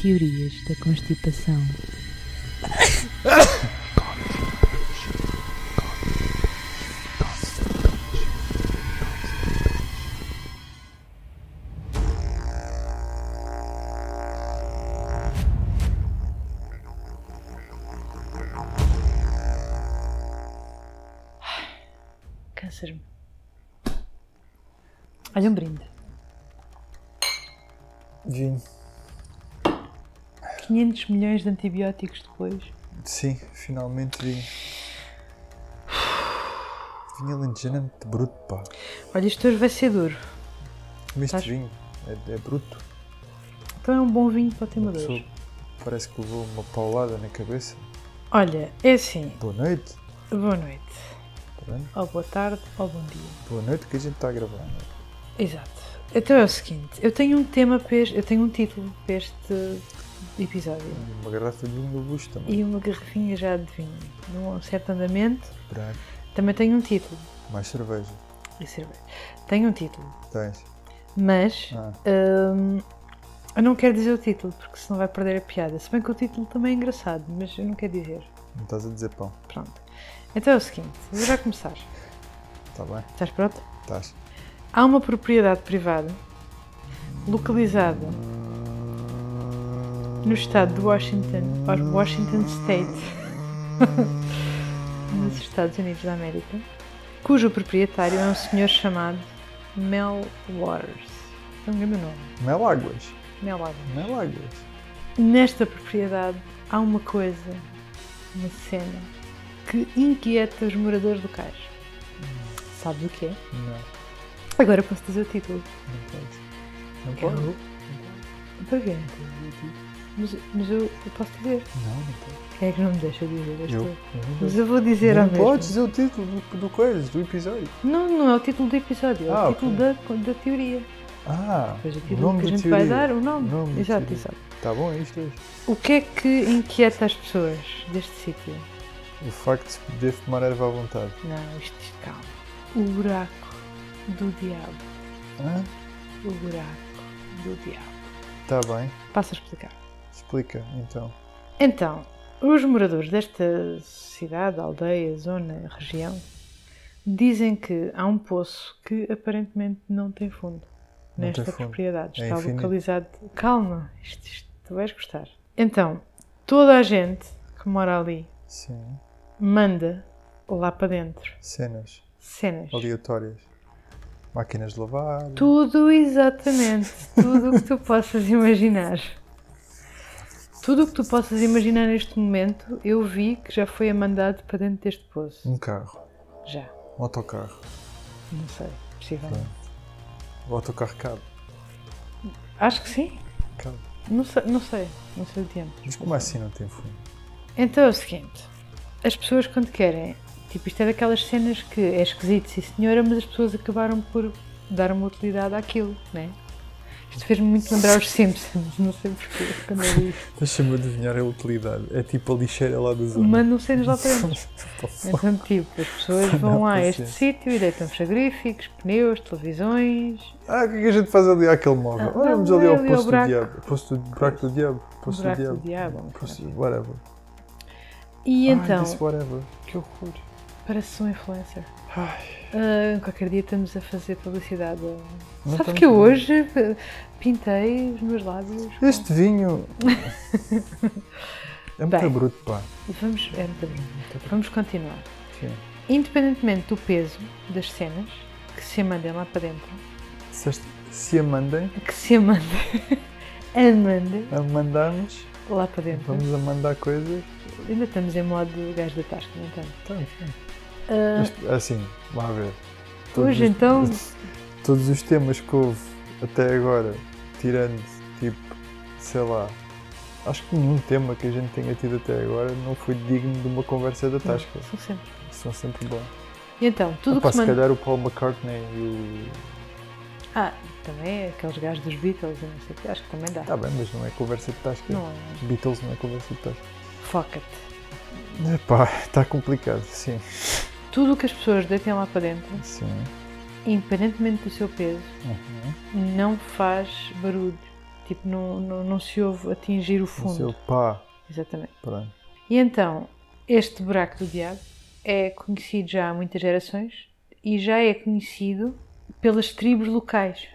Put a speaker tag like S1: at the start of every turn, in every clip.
S1: Teorias da constipação.
S2: Câncer-me. Olha um brinde.
S3: Vinho.
S2: 500 milhões de antibióticos depois.
S3: Sim, finalmente vinho. Vinho alentejano é muito bruto, pá.
S2: Olha, isto hoje vai ser duro.
S3: Mas
S2: Sabes?
S3: este vinho é, é bruto.
S2: Então é um bom vinho para o tema
S3: Uma
S2: de
S3: pessoa
S2: hoje.
S3: parece que levou uma paulada na cabeça.
S2: Olha, é assim.
S3: Boa noite.
S2: Boa noite.
S3: Tá bem?
S2: Ou boa tarde, ou bom dia.
S3: Boa noite que a gente está a gravar. não é?
S2: Exato. Então é o seguinte. Eu tenho um tema para este, Eu tenho um título para este episódio.
S3: E Uma garrafa de vinho no busto também.
S2: E uma garrafinha já de vinho. Num certo andamento.
S3: Branco.
S2: Também tenho um título.
S3: Mais cerveja.
S2: E cerveja. Tenho um título.
S3: Tens.
S2: Mas...
S3: Ah,
S2: Hum, eu não quero dizer o título, porque senão vai perder a piada. Se bem que o título também é engraçado, mas eu não quero dizer.
S3: não estás a dizer pão.
S2: Pronto. Então é o seguinte, vou já começar.
S3: Está Tá bem?
S2: Estás pronto?
S3: Estás.
S2: Há uma propriedade privada localizada no estado de Washington, ou Washington State, nos Estados Unidos da América, cujo proprietário é um senhor chamado Mel Waters. É um grande nome.
S3: Meláguas.
S2: Mel Waters.
S3: Meláguas.
S2: Nesta propriedade há uma coisa, uma cena, que inquieta os moradores locais. Sabes o que é?
S3: Não.
S2: Agora posso dizer o título.
S3: Não tens. Não
S2: Que
S3: pode?
S2: não. Para quê? Mas, mas eu, eu posso dizer.
S3: Não, não pode.
S2: Quem é que não me deixa dizer? És
S3: Eu.
S2: tu.
S3: Não
S2: Mas eu vou dizer ao
S3: Não
S2: mesmo.
S3: podes dizer o título do, do coisa, do episódio.
S2: Não, não é o título do episódio, é
S3: Ah,
S2: o
S3: ok.
S2: título da, da teoria.
S3: Ah,
S2: Depois o
S3: o
S2: título
S3: nome
S2: que a
S3: da
S2: gente vai
S3: teoria.
S2: dar, o nome.
S3: O nome da
S2: exato,
S3: teoria.
S2: exato.
S3: Tá bom, é isto hoje.
S2: O que é que inquieta as pessoas deste sítio?
S3: O facto de se poder fumar erva à vontade.
S2: Não, isto, isto calma. O buraco do diabo.
S3: Ah,
S2: O buraco do diabo.
S3: tá bem.
S2: Passo a explicar.
S3: Explica, então.
S2: Então, os moradores desta cidade, aldeia, zona, região, dizem que há um poço que aparentemente não tem fundo
S3: Não
S2: nesta
S3: tem fundo.
S2: propriedade.
S3: É
S2: Está
S3: infinito.
S2: localizado. Calma, isto, isto tu vais gostar. Então, toda a gente que mora ali
S3: Sim.
S2: manda lá para dentro
S3: Cenas
S2: cenas.
S3: aleatórias. Máquinas de lavar.
S2: Tudo exatamente, tudo o que tu possas imaginar. Tudo o que tu possas imaginar neste momento, eu vi que já foi amandado para dentro deste poço.
S3: Um carro.
S2: Já,
S3: Um autocarro.
S2: não sei, possivelmente.
S3: O autocarro cabe.
S2: Acho que sim,
S3: cabe.
S2: não sei, não sei, não sei o tempo.
S3: Mas como assim não tem fundo?
S2: Então é o seguinte, as pessoas quando querem, tipo isto é daquelas cenas que é esquisito, sim senhora, mas as pessoas acabaram por dar uma utilidade àquilo, né? Isto fez-me muito lembrar os Simpsons, não sei porquê, quando eu li isto.
S3: Deixa-me adivinhar a utilidade. É tipo a lixeira lá do zona.
S2: Mandam cenas lá para dentro. Então, tipo, as pessoas vão lá a
S3: é.
S2: este sítio e deitam frigoríficos, pneus, televisões. um
S3: Ah, o que é que a gente faz ali àquele móvel?
S2: Ah,
S3: Olha, vamos
S2: não,
S3: ali ao
S2: ali ao
S3: posto do
S2: buraco.
S3: diabo. Posto do buraco do diabo. Posto do
S2: Buraco
S3: diabo.
S2: do diabo. um
S3: Posto whatever.
S2: E então,
S3: é. Ai, disse whatever. Que horror.
S2: parece um influencer.
S3: Ai,
S2: Ah, qualquer dia estamos a fazer publicidade.
S3: Não
S2: Sabe
S3: estamos
S2: que eu
S3: não.
S2: hoje eh, pintei os meus lábios. com-
S3: este vinho. é muito
S2: Bem.
S3: bruto, pá.
S2: Vamos, é muito bem.
S3: Hum, tá
S2: Vamos continuar.
S3: Sim.
S2: Independentemente do peso das cenas que se mandem lá para dentro,
S3: Se, este- se a mandem,
S2: que se mandem, amandem
S3: a mandarmos,
S2: lá para dentro.
S3: vamos a mandar coisas.
S2: Ainda estamos em modo gajo da tasca, não estamos?
S3: Então, sim.
S2: Ah,
S3: Este- assim, vá ver.
S2: Hoje, então-
S3: Todos os temas que houve até agora, tirando tipo, sei lá, acho que nenhum tema que a gente tenha tido até agora não foi digno de uma conversa da Tasca.
S2: são sempre.
S3: São sempre bons.
S2: E então, tudo o
S3: Opa,
S2: que se
S3: se
S2: manda.
S3: calhar o Paul McCartney e o.
S2: Ah, também aqueles gajos dos Beatles, eu não sei o que, acho que também dá.
S3: Tá bem, mas não é conversa de Tasca.
S2: Não é?
S3: Beatles não é conversa de Tasca.
S2: Foca-te.
S3: Epá, está complicado, sim.
S2: Tudo o que as pessoas deitem lá para dentro,
S3: Sim.
S2: independentemente do seu peso,
S3: Uhum.
S2: não faz barulho Tipo, não, não, não se ouve atingir o
S3: O seu
S2: fundo.
S3: pá.
S2: Exatamente.
S3: Pronto.
S2: E então, este buraco do diabo é conhecido já há muitas gerações e já é conhecido pelas tribos locais.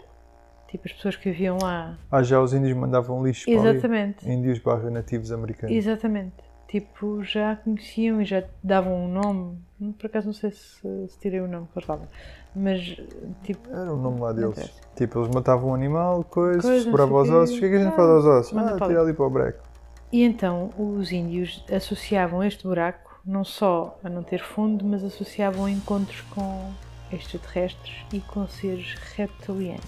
S2: Tipo, as pessoas que viviam lá.
S3: Ah, já os índios mandavam lixo para ali.
S2: Exatamente.
S3: Índios barra nativos americanos.
S2: Exatamente. Tipo, já conheciam e já davam um nome. Por acaso não sei se, se tirei o nome que eles davam. Mas, tipo,
S3: Era o nome lá deles.
S2: Acontece.
S3: Tipo, eles matavam um animal, coisa,
S2: Coisa, não
S3: sobrava
S2: sei
S3: os
S2: quê.
S3: ossos. O que é que a gente
S2: Ah,
S3: faz aos ossos?
S2: manda
S3: Ah,
S2: para
S3: tira ali para o breco.
S2: E então os índios associavam este buraco não só a não ter fundo, mas associavam encontros com extraterrestres e com seres reptilianos.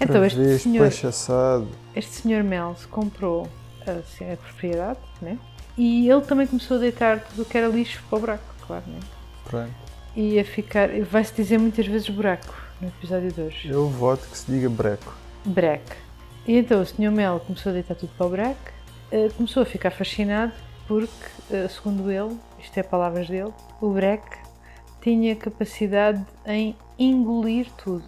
S2: Então
S3: Outra
S2: este
S3: vez,
S2: senhor,
S3: peixe-assado.
S2: este senhor Melz comprou a, se- a propriedade, né? E ele também começou a deitar tudo o que era lixo para o buraco, claro, né?
S3: Pronto.
S2: E a ficar, vai-se dizer muitas vezes buraco no episódio de hoje.
S3: Eu voto que se diga breco.
S2: Breck. E então o Sr. Mel começou a deitar tudo para o Breck, eh, começou a ficar fascinado porque, eh, segundo ele, isto é palavras dele, o Breck tinha capacidade em engolir tudo,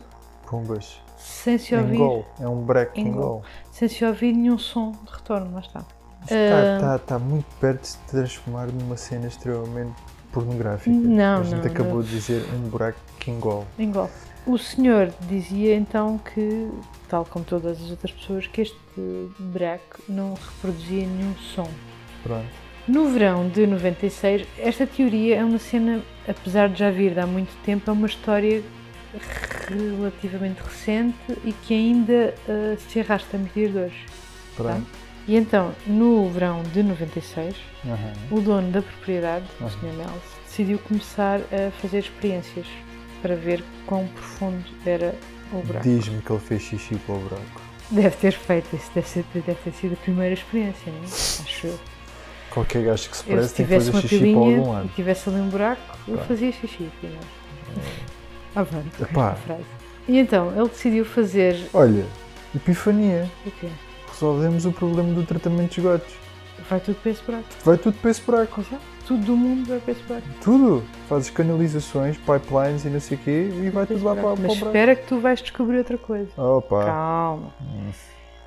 S3: Pumbas.
S2: sem se ouvir,
S3: Engol. É um breco
S2: Engol.
S3: engol.
S2: sem se ouvir nenhum som de retorno, lá está. Ah.
S3: Está tá, tá muito perto de se transformar numa cena extremamente pornográfica.
S2: Não,
S3: A gente
S2: não,
S3: acabou
S2: não.
S3: de dizer um buraco que engol.
S2: Eh, Engol. O senhor dizia então que, tal como todas as outras pessoas, que este Breck não reproduzia nenhum som.
S3: Pronto.
S2: No verão de 96, esta teoria é uma cena, apesar de já vir de há muito tempo, é uma história relativamente recente e que ainda eh, se arrasta nos dias de hoje.
S3: Pronto.
S2: E então, no verão de 96,
S3: Aham.
S2: o dono da propriedade, o
S3: Uhum.
S2: Sr. Melz, decidiu começar a fazer experiências para ver quão profundo era o buraco.
S3: Diz-me que ele fez xixi para o buraco.
S2: Deve ter feito, isso deve, ser- deve ter sido a primeira experiência, não é? Acho eu.
S3: Qualquer gajo que se
S2: Eu,
S3: parece
S2: se
S3: tem que fazer
S2: tivesse uma
S3: xixi para algum
S2: pilinha
S3: lado.
S2: e tivesse ali um buraco, eu
S3: Claro. É.
S2: fazia xixi. afinal. Ah, pronto,
S3: Epá.
S2: esta frase. E então, ele decidiu fazer.
S3: Olha, epifania.
S2: O quê?
S3: Resolvemos o problema do tratamento de esgotos.
S2: Vai tudo para esse buraco.
S3: Vai tudo para esse buraco.
S2: Pois é, Tudo do mundo vai para esse buraco.
S3: Tudo. Fazes canalizações, pipelines e não sei o quê e vai tudo lá para, para
S2: Mas
S3: o buraco.
S2: espera que tu vais descobrir outra coisa.
S3: Opa,
S2: Calma.
S3: Hum.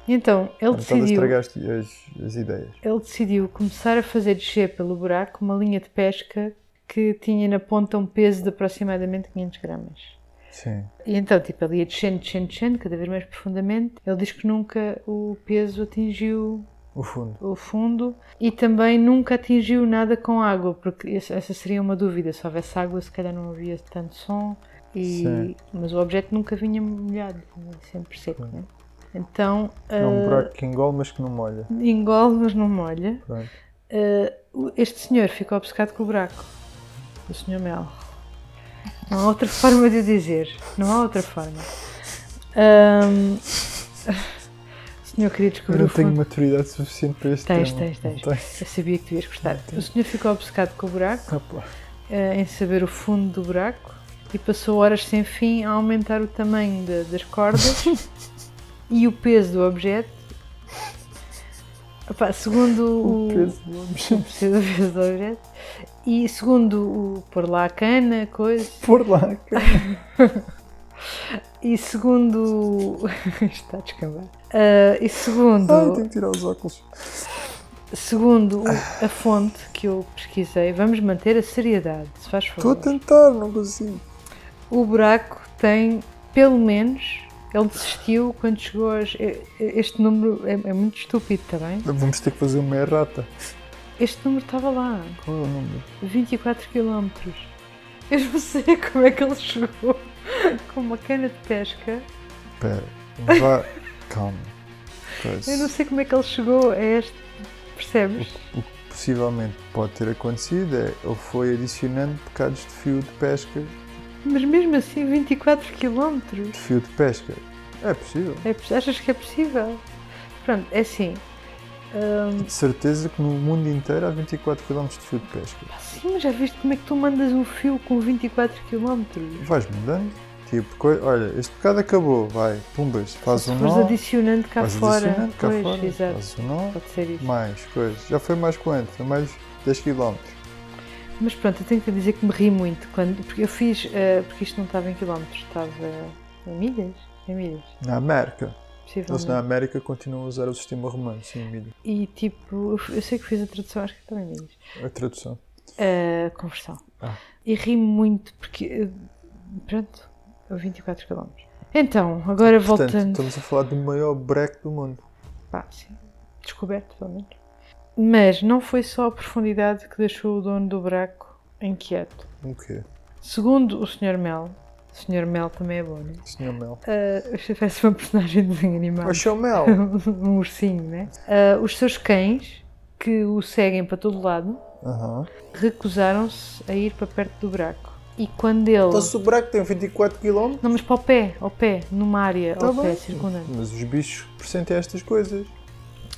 S2: E Então, ele
S3: então
S2: decidiu.
S3: estragaste as, as ideias.
S2: Ele decidiu começar a fazer descer pelo buraco uma linha de pesca que tinha na ponta um peso de aproximadamente 500 gramas.
S3: Sim.
S2: E então, tipo, ele ia descendo, descendo, descendo, cada vez mais profundamente. Ele diz que nunca o peso atingiu
S3: O fundo.
S2: o fundo e também nunca atingiu nada com água, porque esse- essa seria uma dúvida. Se houvesse água, se calhar não havia tanto som. E...
S3: Sim.
S2: Mas o objeto nunca vinha molhado, vinha sempre seco, né? Então,
S3: É um
S2: ah,
S3: buraco que engole, mas que não molha.
S2: engole, mas não molha.
S3: Pronto.
S2: Ah, o- este senhor ficou obcecado com o buraco. O senhor Mel. Não há outra forma de o dizer. Não há outra forma. Ahm, o senhor queria
S3: Eu
S2: descobrir
S3: não
S2: o
S3: tenho
S2: fundo.
S3: maturidade suficiente para este
S2: Tens,
S3: tema.
S2: tens, tens.
S3: Não
S2: Eu sabia que tu ias gostar. O senhor ficou obcecado com o buraco,
S3: Opa.
S2: ah, em saber o fundo do buraco, e passou horas sem fim a aumentar o tamanho da- das cordas e o peso do objeto. Epá, segundo o,
S3: O peso do objeto.
S2: precisa ver os objetos. E segundo o pôr lá a cana, coisa.
S3: Por lá, cara.
S2: E segundo. Isto Está a descambar. Ah, e segundo,
S3: Ai, tenho que tirar os óculos.
S2: segundo o- a fonte que eu pesquisei, vamos manter a seriedade, se faz
S3: Estou
S2: favor.
S3: a tentar, não consigo.
S2: O buraco tem, pelo menos, ele desistiu quando chegou aos. e- e- Este número é, é muito estúpido, está bem?
S3: Vamos ter que fazer uma errata.
S2: Este número estava lá,
S3: Qual é o número?
S2: 24 km. Eu não sei como é que ele chegou com uma cana de pesca.
S3: Espera. Vá. Calma.
S2: Eu
S3: Pois,
S2: não sei como é que ele chegou a este. Percebes?
S3: O que possivelmente pode ter acontecido é ele foi adicionando bocados de fio de pesca.
S2: Mas mesmo assim, 24 km.
S3: De fio de pesca. É possível.
S2: É poss- achas que é possível? Pronto, é assim. Hum,
S3: De certeza que no mundo inteiro há 24 km de fio de pesca.
S2: Pá, Sim, mas já viste como é que tu mandas um fio com 24 km?
S3: Vais mudando. Tipo, coi- olha, este bocado acabou, vai, pumbas, faz
S2: Se
S3: um
S2: fores
S3: nó,
S2: adicionando cá
S3: vais
S2: fora.
S3: adicionando cá
S2: pois,
S3: fora,
S2: exato.
S3: faz um nó,
S2: Pode ser isso.
S3: mais coisas. Já foi mais quanto? Foi mais 10 km.
S2: Mas pronto, eu tenho que te dizer que me ri muito quando. Porque eu fiz. eh, porque isto não estava em quilómetros, estava em milhas? Em milhas.
S3: Na América. Eles
S2: possivelmente.
S3: na América continuam a usar o sistema romano, sim, milho.
S2: E tipo, eu f- eu sei que fiz a tradução, acho que também me diz.
S3: A tradução.
S2: A eh, conversão.
S3: Ah.
S2: E ri muito porque. eh, Pronto, 24 km. Então, agora
S3: Portanto,
S2: voltando.
S3: estamos a falar do maior breque do mundo.
S2: Pá, sim. Descoberto, pelo menos. Mas não foi só a profundidade que deixou o dono do buraco inquieto.
S3: O Um quê?
S2: Segundo o Sr. Mel, o Sr. Mel também é bom, né?
S3: Senhor Mel.
S2: Uh, se tivesse uma personagem de desenho animado.
S3: O Sr. Mel!
S2: um ursinho, né? Ah, os seus cães, que o seguem para todo lado,
S3: Aham.
S2: recusaram-se a ir para perto do buraco. E quando ele.
S3: Então se o buraco tem 24 km,
S2: Não, mas para o pé, ao pé, numa área
S3: Tá
S2: ao
S3: bem.
S2: pé circundante.
S3: mas os bichos presentem estas coisas.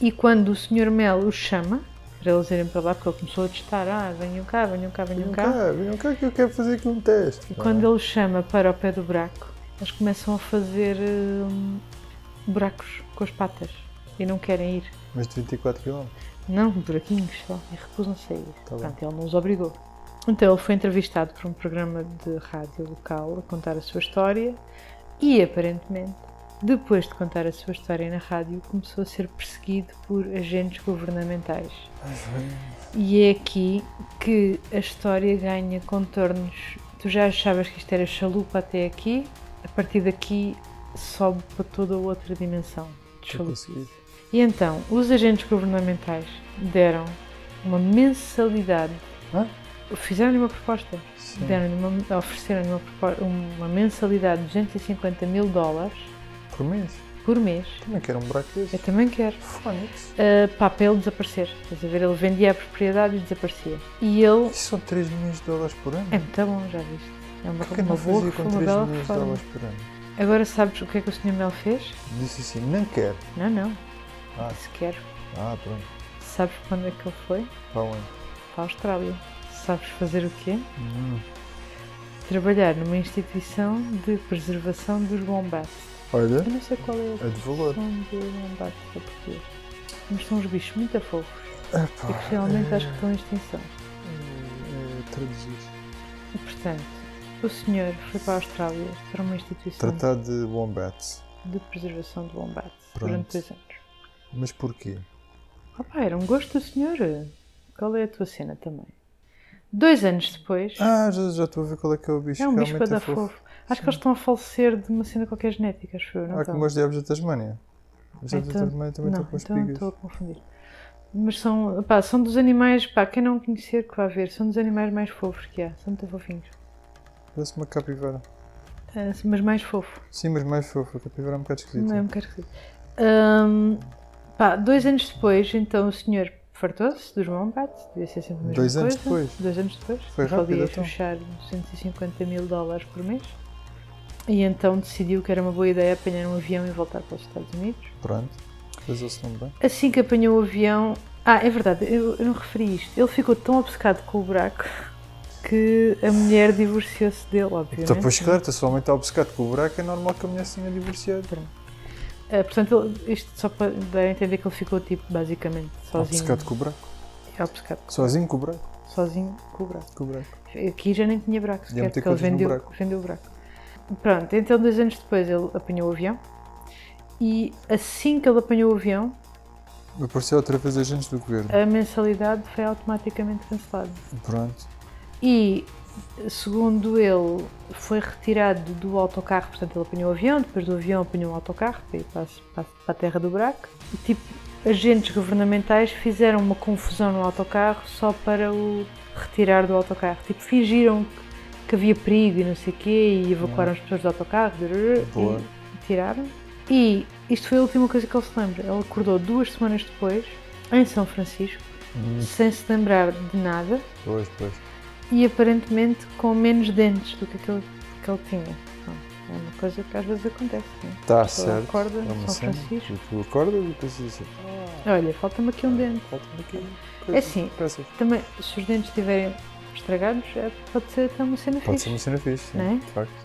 S2: E quando o Sr. Mel os chama, para eles irem para lá, porque ele começou a testar: ah, venham cá, venham cá, venham
S3: Venham
S2: cá.
S3: cá, venham cá que eu quero fazer aqui um teste.
S2: E quando ele os chama para o pé do buraco, eles começam a fazer hum, buracos com as patas e não querem ir.
S3: Mas de 24 km.
S2: Não, buraquinhos só. E recusam-se a ir.
S3: Tá bem.
S2: Portanto, ele não os obrigou. Então, ele foi entrevistado por um programa de rádio local a contar a sua história e, aparentemente, depois de contar a sua história na rádio, começou a ser perseguido por agentes governamentais. E é aqui que a história ganha contornos. Tu já achavas que isto era chalupa até aqui, a partir daqui sobe para toda outra dimensão de
S3: Eu consegui.
S2: chalupice. E então, os agentes governamentais deram uma mensalidade,
S3: Hã?
S2: fizeram-lhe uma proposta,
S3: Sim.
S2: deram-lhe uma, ofereceram-lhe uma, propo- um, uma mensalidade de 250 mil dólares
S3: Por mês.
S2: por mês.
S3: Também quero um buraco desse.
S2: Eu também quero.
S3: Fónix.
S2: Uh, pá, para ele desaparecer. Estás a ver? Ele vendia a propriedade e desaparecia. E ele.
S3: Isso são 3 milhões de dólares por ano.
S2: É muito bom, já viste. É uma,
S3: Por que
S2: uma
S3: não
S2: boa
S3: fazia com
S2: reforma, uma
S3: 3
S2: bela
S3: milhões de
S2: reforma.
S3: dólares por ano?
S2: Agora sabes o que é que o Sr. Mel fez?
S3: Disse assim, não quero.
S2: Não, não.
S3: Ah.
S2: Sequer.
S3: Ah, pronto.
S2: Sabes quando é que ele foi?
S3: Para onde?
S2: Para a Austrália. Sabes fazer o quê?
S3: Hum.
S2: trabalhar numa instituição de preservação dos bombates.
S3: Olha,
S2: Eu não sei qual é a
S3: é de valor.
S2: definição de bombates a português, mas são uns bichos muito fofos
S3: Epá,
S2: e que realmente acho que estão em extinção.
S3: é, é traduzir.
S2: E, portanto, o senhor foi para a Austrália para uma instituição
S3: Tratar de wombats.
S2: de preservação de bombates
S3: Pronto.
S2: durante dois anos.
S3: Mas porquê?
S2: Opa, era um gosto do senhor. Qual é a tua cena também? Dois anos depois,
S3: Ah, já já estou a ver qual é que é o bicho.
S2: é um bicho
S3: realmente
S2: para dar
S3: é fofo.
S2: fofo. Acho que eles estão a falecer de uma cena qualquer genética, acho eu, não
S3: Ah,
S2: estão?
S3: como os diabos da Tasmânia. Os diabos
S2: Então-
S3: da Tasmânia também
S2: não,
S3: estão com as
S2: então
S3: espigas.
S2: estou a confundir. Mas são, pá, são dos animais, pá, quem não conhecer que vá ver, são dos animais mais fofos que há, são muito fofinhos.
S3: Parece uma capivara.
S2: Ah, mas mais fofo,
S3: Sim, mas mais fofa. A capivara é um bocado esquisita.
S2: não é um bocado esquisito. Ahm, pá, dois anos depois, então o senhor fartou-se dos wombats, devia ser sempre a mesma
S3: Dois anos
S2: coisa.
S3: depois?
S2: Dois anos depois.
S3: Foi
S2: ele
S3: rápido,
S2: ia
S3: então.
S2: chuchar 250 mil dólares por mês. E então decidiu que era uma boa ideia apanhar um avião e voltar para os Estados Unidos.
S3: Pronto. Casou-se tão bem.
S2: Assim que apanhou o avião. Ah, é verdade, eu, eu não referi isto. Ele ficou tão obcecado com o buraco que a mulher divorciou-se dele, obviamente.
S3: Então, pois claro, se o homem está obcecado com o buraco, é normal que a mulher se tenha divorciado.
S2: Ah, portanto, ele- isto só para dar a entender que ele ficou, tipo, basicamente sozinho.
S3: Obcecado com o buraco.
S2: É obcecado.
S3: Sozinho com o buraco.
S2: Sozinho com o buraco.
S3: Com o buraco.
S2: Aqui já nem tinha buraco sequer,
S3: meter
S2: porque ele
S3: coisas no
S2: vendeu,
S3: buraco.
S2: vendeu o buraco. Pronto, então dois anos depois ele apanhou o avião e assim que ele apanhou o avião,
S3: Apareceu outra vez agentes do governo.
S2: a mensalidade foi automaticamente cancelada.
S3: Pronto.
S2: E, segundo ele, foi retirado do autocarro, portanto ele apanhou o avião, depois do avião apanhou o autocarro para ir para a, para a- para a terra do buraco. E, tipo, agentes governamentais fizeram uma confusão no autocarro só para o retirar do autocarro. Tipo, fingiram que, que havia perigo e não sei o quê, e evacuaram as pessoas do autocarro, brrr,
S3: Boa.
S2: e tiraram. E isto foi a última coisa que ele se lembra. Ele acordou duas semanas depois, em São Francisco, sem se lembrar de nada
S3: Pois, pois.
S2: e aparentemente com menos dentes do que aquele que ele tinha. Bom, É uma coisa que às vezes acontece, não é?
S3: Está
S2: Pessoa
S3: Tá certo.
S2: acorda,
S3: é uma
S2: São
S3: cena.
S2: Francisco.
S3: Tu acordas e depois dizes assim.
S2: Olha, falta-me aqui
S3: Tá.
S2: um dente.
S3: Falta-me aqui.
S2: É assim.
S3: Peças.
S2: Também, se os dentes estiverem estragados, é- pode ser até uma cena
S3: Pode
S2: fixe.
S3: ser uma cena fixe, sim,
S2: Não é?
S3: de facto.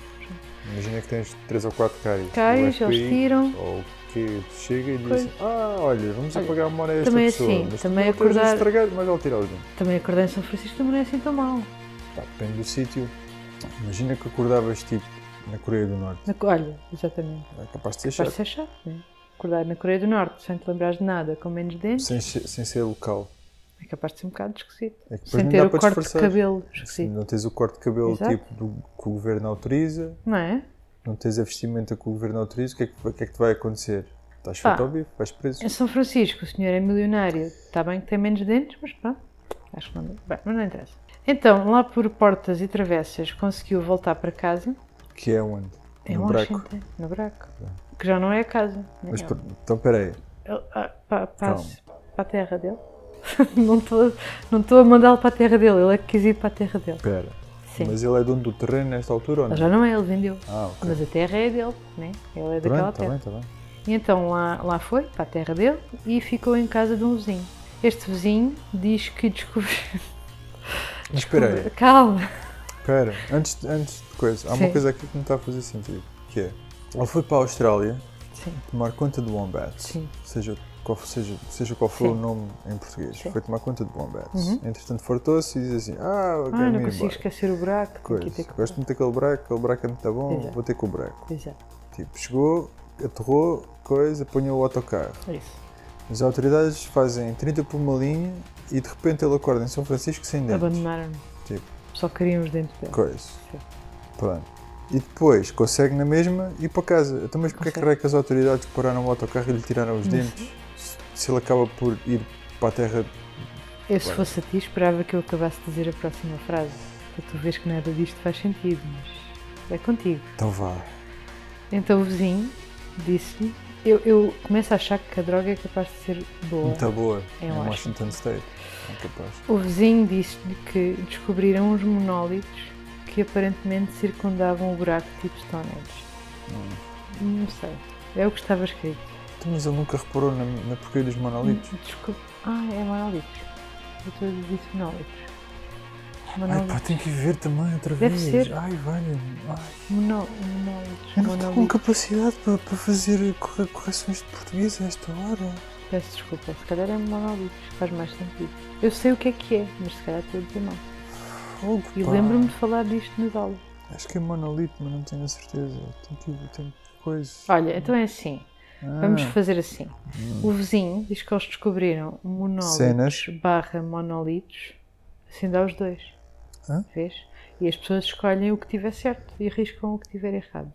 S3: Imagina que tens 3 ou 4 caries.
S2: Cáries,
S3: O FBI
S2: eles tiram.
S3: Ou que chega e diz
S2: Pois.
S3: assim, ah, olha, vamos apagar a memória a esta
S2: também é
S3: pessoa.
S2: assim,
S3: mas
S2: também
S3: não tens
S2: acordar-
S3: estragado, mas ele tira os dentes.
S2: Também acordar em São Francisco também não é assim tão mal.
S3: Pá, depende do sítio. Imagina que acordavas tipo na Coreia do Norte.
S2: Na co- Olha, exatamente.
S3: É capaz de ser
S2: Vai
S3: chato.
S2: ser chato, não é? acordar na Coreia do Norte sem te lembrares de nada, com menos dentes,
S3: Sem, se- sem ser local.
S2: é capaz de ser um bocado esquisito.
S3: É que depois
S2: sem
S3: não
S2: ter
S3: dá
S2: o
S3: para
S2: corte
S3: disfarçar.
S2: de cabelo
S3: Se
S2: esquisito,
S3: não tens o corte de cabelo
S2: Exato.
S3: tipo do, que o governo autoriza,
S2: não é?
S3: não tens a vestimenta que o governo autoriza, o que é que, o que, é que te vai acontecer? Estás
S2: Pá.
S3: feito ao vivo, vais preso.
S2: Em É São Francisco, o senhor é milionário. Está bem que tem menos dentes, mas pronto. Acho que não. Bem, mas não interessa. Então, lá por portas e travessas, conseguiu voltar para casa.
S3: Que é onde?
S2: Em
S3: no
S2: Washington,
S3: buraco.
S2: no buraco. Que já não é a casa. né?
S3: Mas
S2: Ele-
S3: per- então peraí,
S2: ele- ah, pa- Para a- para a terra dele. não estou não estou a mandá-lo para a terra dele. Ele é que quis ir para a terra dele.
S3: pera.
S2: Sim.
S3: Mas ele é dono do terreno nesta altura ou
S2: Ele
S3: não?
S2: já não é, ele vendeu.
S3: Ah, ok.
S2: Mas a terra é dele, né? Ele é daquela
S3: Pronto, tá está
S2: terra.
S3: bem, está bem.
S2: E então lá, lá foi, para a terra dele, e ficou em casa de um vizinho. Este vizinho diz que descobriu.
S3: Mas espera aí,
S2: Calma!
S3: espera. Antes, antes de coisa, há
S2: Sim.
S3: uma coisa aqui que não está a fazer sentido. Que é, ele foi para a Austrália
S2: Sim,
S3: tomar conta de Wombats.
S2: Sim.
S3: Seja qual, seja, seja qual for
S2: Sim.
S3: o nome em português.
S2: Sim.
S3: Foi tomar conta de Wombats.
S2: Uhum.
S3: Entretanto, fartou-se e diz assim, ah, eu
S2: ah,
S3: quero
S2: não
S3: me ir
S2: consigo
S3: embora.
S2: esquecer o buraco. tenho que
S3: Coisa.
S2: ir ter que-
S3: Gosto muito daquele buraco, aquele buraco é muito bom,
S2: Exato.
S3: vou ter com o buraco.
S2: Exato,
S3: Tipo, chegou, aterrou, coisa, apanhou o autocarro.
S2: é isso.
S3: As autoridades fazem 30 por uma linha e de repente ele acorda em São Francisco sem dentes.
S2: Abandonaram-me.
S3: Tipo.
S2: Só queriam os dentes dele.
S3: Coisa. Pronto. E depois consegue na mesma ir para casa. Então, mas porquê é
S2: Consegue.
S3: que
S2: Uhum.
S3: raio que as autoridades pararam o autocarro e lhe tiraram os
S2: Não
S3: dentes? Se, se ele acaba por ir para a terra.
S2: Eu, se
S3: Claro.
S2: fosse a ti, esperava que eu acabasse de dizer a próxima frase. Para tu vês que nada disto faz sentido, mas é contigo.
S3: Então vá.
S2: Então o vizinho disse-me. Eu, eu começo a achar que a droga é capaz de ser boa.
S3: Muito boa.
S2: É
S3: em
S2: ótimo.
S3: Washington State. É capaz.
S2: O vizinho disse-lhe que descobriram uns monólitos que aparentemente circundavam o buraco tipo Stonehenge.
S3: Hum.
S2: Não sei. É o que estava escrito.
S3: Então, mas ele nunca reparou na, na porcaria dos monolitos.
S2: Desculpa. Ah, é monólitos. Eu estou a dizer isso, monólitos.
S3: Ai pá,
S2: Monólitos.
S3: tem que ver também outra
S2: Hum, Deve
S3: vez.
S2: ser.
S3: Ai, velho. Ai.
S2: Monó- Monólitos.
S3: Eu não estou com
S2: Monólitos.
S3: capacidade para, para fazer corre- correções de português a esta hora.
S2: Peço desculpa. Se calhar é monólitos. Faz mais sentido. Eu sei o que é que é, mas se calhar estou a dizer mal.
S3: Fogo,
S2: E
S3: pá.
S2: lembro-me de falar disto nas aulas.
S3: Acho que é monolito, mas não tenho a certeza. Tem que tem coisa.
S2: Olha, então é assim. Vamos
S3: Ah.
S2: fazer assim. O vizinho diz que eles descobriram monólitos
S3: Cenas.
S2: barra monolitos. Assim dá os dois.
S3: Hã?
S2: Vês? E as pessoas escolhem o que tiver certo e arriscam o que tiver errado.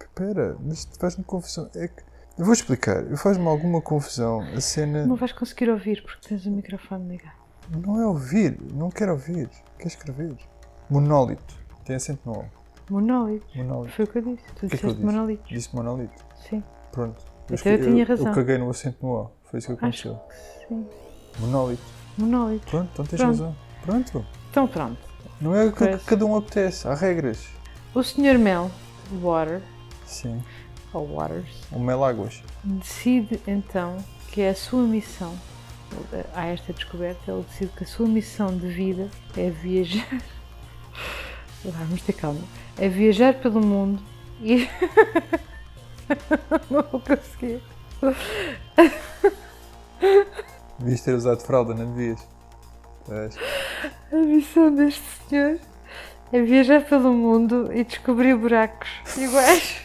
S3: Espera, mas isto faz-me confusão. É que... Eu vou explicar. Eu Faz-me alguma confusão. A cena
S2: Não
S3: não,
S2: vais conseguir ouvir porque tens o microfone ligado.
S3: é ouvir. Não quero ouvir. Quero escrever. Monólito. Tem acento no O.
S2: Monólitos.
S3: Monólito.
S2: Foi o que eu disse. Tu
S3: O que é que eu
S2: disseste
S3: disse?
S2: monolitos.
S3: Disse monolito.
S2: Sim.
S3: Pronto.
S2: Então eu tinha razão.
S3: Eu caguei no acento no O. Foi isso que
S2: Acho
S3: aconteceu.
S2: que sim.
S3: Monólito.
S2: Monólitos.
S3: Pronto, então tens
S2: Pronto.
S3: razão. Pronto.
S2: Então pronto.
S3: Não é o que,
S2: Pois.
S3: que cada um apetece. Há regras.
S2: O Sr. Mel, Water,
S3: Sim.
S2: ou Waters,
S3: O Meláguas.
S2: decide então que é a sua missão, a esta descoberta, ele decide que a sua missão de vida é viajar. Vamos ter calma. É viajar pelo mundo e. Não vou conseguir.
S3: Devias ter usado fralda, não devias? Pois.
S2: A missão deste senhor é viajar pelo mundo e descobrir buracos iguais.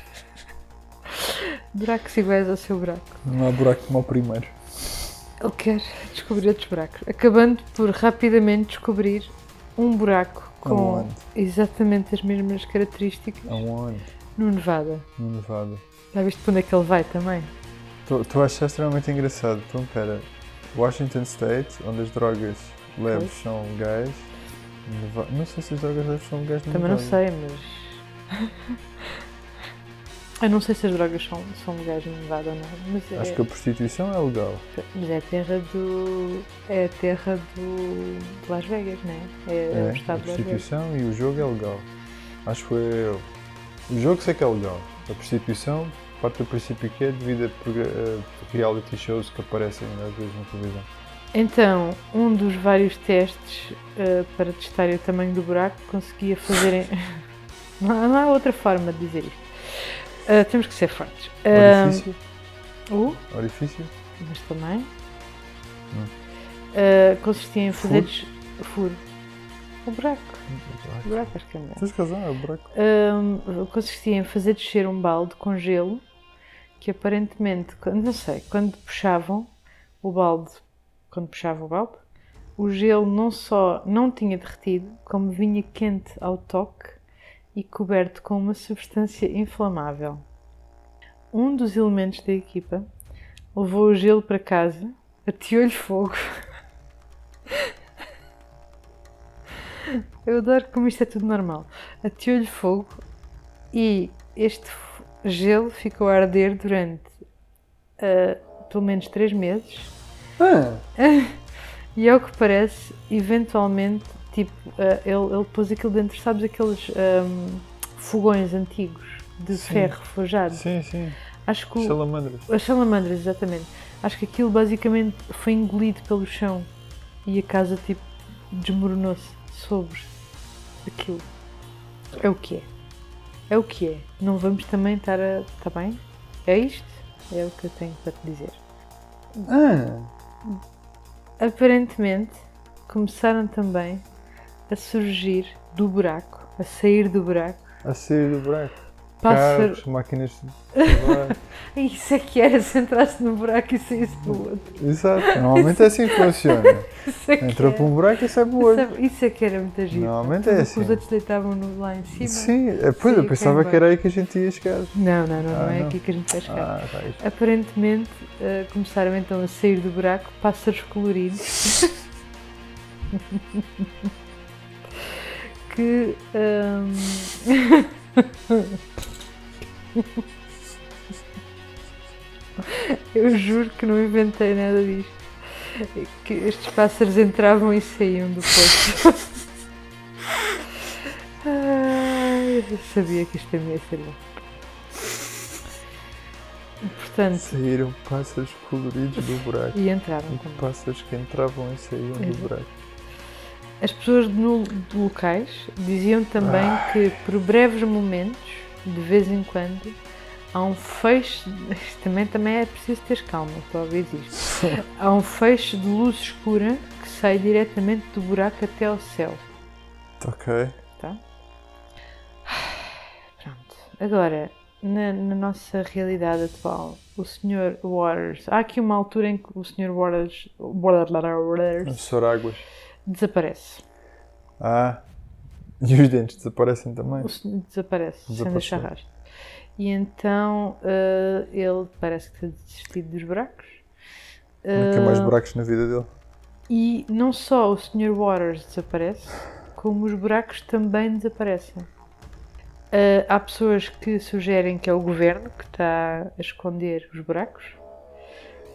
S2: buracos iguais ao seu buraco.
S3: Não há buraco como o primeiro.
S2: Ele quer descobrir outros buracos, acabando por rapidamente descobrir um buraco com
S3: Aonde?
S2: exatamente as mesmas características
S3: Aonde?
S2: no Nevada.
S3: No Nevada.
S2: Já viste para onde é que ele vai também?
S3: Tu, tu achas extremamente engraçado. Então, pera. Washington State, onde as drogas leves são legais. Neva... Não sei se as drogas leves são legais no
S2: Também não
S3: Nevada.
S2: sei, mas. Eu não sei se as drogas são, são legais no Nevada ou não, mas é,
S3: Acho que a prostituição é legal.
S2: mas é a terra do. É a terra do. de Las Vegas, não é? É, é o
S3: a
S2: estado de Las Vegas.
S3: prostituição e o jogo é legal. Acho eu. O jogo sei que é legal. A prostituição parte do princípio que é devido a progra- a reality shows que aparecem né, às vezes na televisão.
S2: Então, um dos vários testes eh, para testar o tamanho do buraco conseguia fazer. em- não, há- não há outra forma de dizer isto. Eh, temos que ser fortes.
S3: Orifício?
S2: Ah, o-
S3: Orifício?
S2: mas também. Eh, consistia em fazer.
S3: Furo?
S2: des- Furo. O buraco. O buraco, acho que é melhor.
S3: Tens razão, é o buraco.
S2: Ahm, consistia em fazer descer um balde com gelo que aparentemente, quando- não sei, quando puxavam o balde, quando puxava o balde, o gelo não só não tinha derretido, como vinha quente ao toque e coberto com uma substância inflamável. Um dos elementos da equipa levou o gelo para casa, ateou-lhe fogo. Eu adoro como isto é tudo normal. Ateou-lhe fogo e este f- gelo ficou a arder durante ah, pelo menos 3 meses.
S3: Ah,
S2: E ao que parece, eventualmente, tipo, ah, ele, ele pôs aquilo dentro, sabes, aqueles ahm, fogões antigos de
S3: Sim.
S2: ferro forjado.
S3: sim, sim.
S2: Acho que o-
S3: Salamandras.
S2: as salamandras, exatamente. Acho que aquilo basicamente foi engolido pelo chão e a casa tipo desmoronou-se sobre aquilo. É o que é. É o que é. Não vamos também estar a. Está bem? É isto? É o que eu tenho para te dizer.
S3: Ah,
S2: Aparentemente começaram também a surgir do buraco, a sair do buraco,
S3: a sair do buraco.
S2: pássaros.
S3: Carros, máquinas de trabalho.
S2: Isso é que era, se entrasse no buraco e saísse do outro.
S3: Exato. Normalmente é assim que funciona.
S2: Isso é que
S3: Entrou
S2: era.
S3: por um buraco e sai por outro.
S2: Sabe, isso é que era muito giro.
S3: Normalmente
S2: Tudo
S3: é
S2: que
S3: assim.
S2: Os outros deitavam no- lá em cima.
S3: Sim, é, pois
S2: Sim,
S3: eu pensava
S2: quem
S3: que era aí que a gente ia chegar.
S2: Não, não, não,
S3: Ah,
S2: não é
S3: não.
S2: aqui que a gente vai chegar.
S3: Ah, tá isto.
S2: Aparentemente eh, começaram então a sair do buraco pássaros coloridos que ahm, eu juro que não inventei nada disto. Que estes pássaros entravam e saíam do poço. Ai, eu sabia que isto é ia ser bom. Portanto,
S3: Saíram pássaros coloridos do buraco.
S2: e entraram também.
S3: E Pássaros que entravam e saíam do
S2: Exato.
S3: buraco.
S2: As pessoas de no- de locais diziam também que por breves momentos, de vez em quando, há um feixe. isto Também, também é preciso ter calma para ouvir isto. Há um feixe de luz escura que sai diretamente do buraco até ao céu.
S3: Ok.
S2: Tá? Pronto. Agora, na, na nossa realidade atual, o Sr. Waters. Há aqui uma altura em que o Sr. Waters, Waters
S3: Soráguas.
S2: desaparece.
S3: Ah. E os dentes desaparecem também.
S2: O senhor desaparece, sem
S3: é? Desapareceu.
S2: deixar rastro. E então eh, ele parece que tem desistido dos buracos.
S3: Nunca é mais
S2: Eh,
S3: buracos na vida dele.
S2: E não só o Sr. Waters desaparece, como os buracos também desaparecem. Eh, há pessoas que sugerem que é o governo que está a esconder os buracos.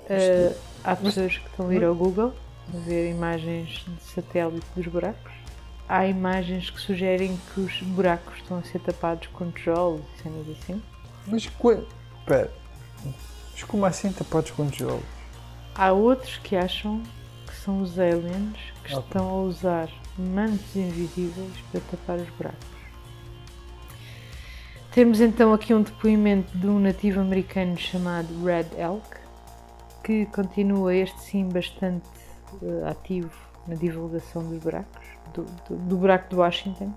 S2: Eh, há pessoas que estão a ir ao Google a ver imagens de satélite dos buracos. Há imagens que sugerem que os buracos estão a ser tapados com tijolos e cenas assim.
S3: Mas co... Pera. Mas como assim tapados com tijolos?
S2: Há outros que acham que são os aliens que
S3: Ok.
S2: estão a usar mantos invisíveis para tapar os buracos. Temos então aqui um depoimento de um nativo americano chamado Red Elk, que continua este sim bastante eh, ativo na divulgação dos buracos, do, do- do buraco de Washington.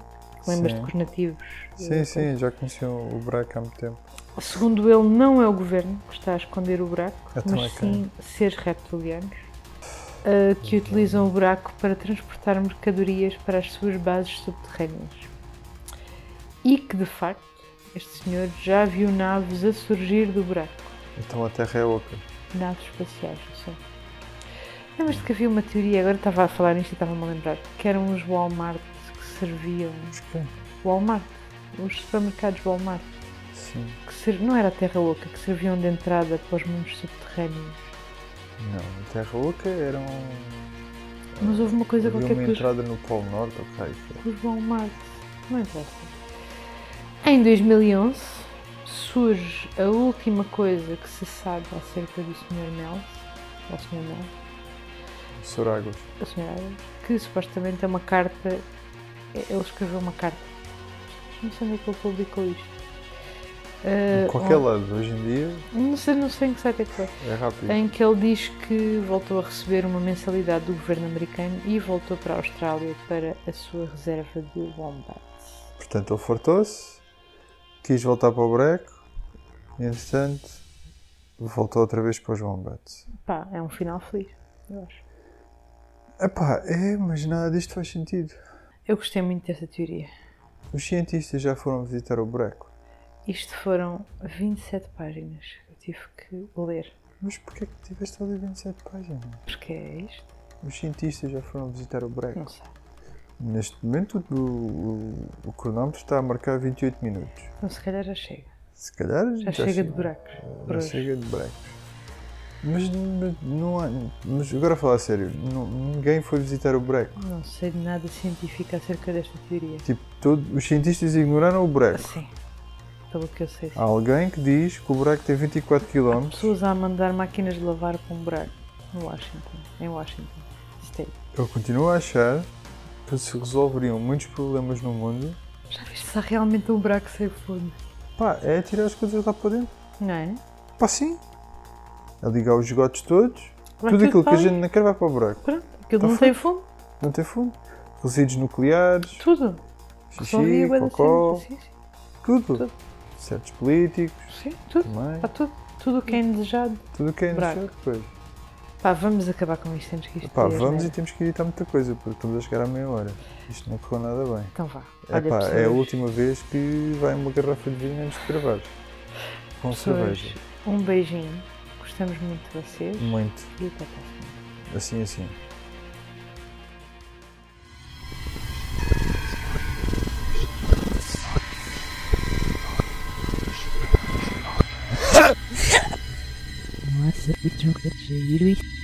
S2: Lembras-te
S3: Sim.
S2: que os nativos. eh,
S3: Sim, sim, já conheciam o buraco há muito tempo.
S2: Segundo ele, não é o governo que está a esconder o buraco,
S3: Então
S2: mas
S3: é quem?
S2: sim seres reptilianos ah, que utilizam o buraco para transportar mercadorias para as suas bases subterrâneas. E que, de facto, este senhor já viu naves a surgir do buraco
S3: Então a terra é oca.
S2: naves espaciais, não sei. Lembras-te que havia uma teoria, agora estava a falar nisto e estava-me a lembrar, que eram os Walmart que serviam.
S3: Ok.
S2: Walmart? Os supermercados Walmart
S3: Sim.
S2: que ser- não era a Terra Oca, que serviam de entrada para os mundos subterrâneos.
S3: Não, a terra oca era um...
S2: Mas houve uma coisa
S3: havia
S2: qualquer
S3: uma
S2: que os,
S3: entrada no Polo Norte, ok.
S2: que os Walmart. Não interessa. Em 2011 surge a última coisa que se sabe acerca do Sr. Mels, ou Sr. Mels,
S3: Soráguas.
S2: a Sra. Adams, que supostamente é uma carta. é, Ele escreveu uma carta. Não sei onde é que ele publicou isto.
S3: Em
S2: Ah,
S3: qualquer
S2: on-
S3: lado, hoje em dia,
S2: não, sei, não sei em que site é que foi.
S3: é rápido.
S2: em que ele diz que voltou a receber uma mensalidade do governo americano e voltou para a Austrália para a sua reserva de wombats.
S3: Portanto, ele fartou-se, quis voltar para o breco, e, entretanto, voltou outra vez para o João Beto.
S2: Pá, é um final feliz, eu acho.
S3: Epá, é, mas nada disto faz sentido.
S2: Eu gostei muito dessa teoria.
S3: Os cientistas já foram visitar o buraco.
S2: Isto foram 27 páginas que eu tive que ler.
S3: Mas porquê que tiveste ali 27 páginas?
S2: Porque é isto?
S3: Os cientistas já foram visitar o buraco.
S2: Não sei.
S3: Neste momento o, o, o cronómetro está a marcar 28 minutos.
S2: Então se calhar já chega.
S3: Se calhar assim.
S2: Já,
S3: Eh,
S2: chega, de buracos. por
S3: Já
S2: hoje.
S3: chega de buracos. Mas, mas não há, mas agora a falar a sério, não- ninguém foi visitar o buraco.
S2: Não sei de nada científico acerca desta teoria.
S3: Tipo, todo, os cientistas ignoraram o buraco.
S2: Sim. Assim, Pelo que eu sei. sim.
S3: Há alguém que diz que o buraco tem 24 km.
S2: Pessoas a mandar máquinas de lavar para um buraco. No Washington. Em Washington. State.
S3: Eu continuo a achar que se resolveriam muitos problemas no mundo.
S2: Já viste se há realmente um buraco sem fundo?
S3: Pá, é tirar as coisas lá para dentro.
S2: Não é?
S3: Pá, sim. A ligar os esgotos todos.
S2: Vai
S3: tudo aquilo que
S2: para
S3: a
S2: ali.
S3: gente não quer vai para o buraco.
S2: Pronto. Aquilo
S3: Tá
S2: não tem fundo.
S3: Não tem fundo. Resíduos nucleares,
S2: Tudo.
S3: xixi, cocó,
S2: Sim, sim.
S3: tudo.
S2: assim, Tudo.
S3: Certos políticos
S2: Sim, tudo.
S3: também.
S2: Está tudo. Tudo o que é indesejado.
S3: Tudo o que é
S2: Buraco.
S3: necessário depois.
S2: Pá, vamos acabar com isto antes que isto né?
S3: Pá,
S2: dê
S3: vamos e
S2: asneira.
S3: temos que editar muita coisa, porque estamos a chegar à meia hora. Isto não correu nada bem.
S2: Então vá.
S3: É
S2: Olha,
S3: pá, é a
S2: pessoas-
S3: última vez que vai uma garrafa de vinho antes de gravar. Com
S2: pessoas,
S3: cerveja.
S2: Um beijinho. Gostamos muito de vocês.
S3: Muito.
S2: E até a próxima.
S3: Assim, assim.
S1: Nossa, que tronco de giro.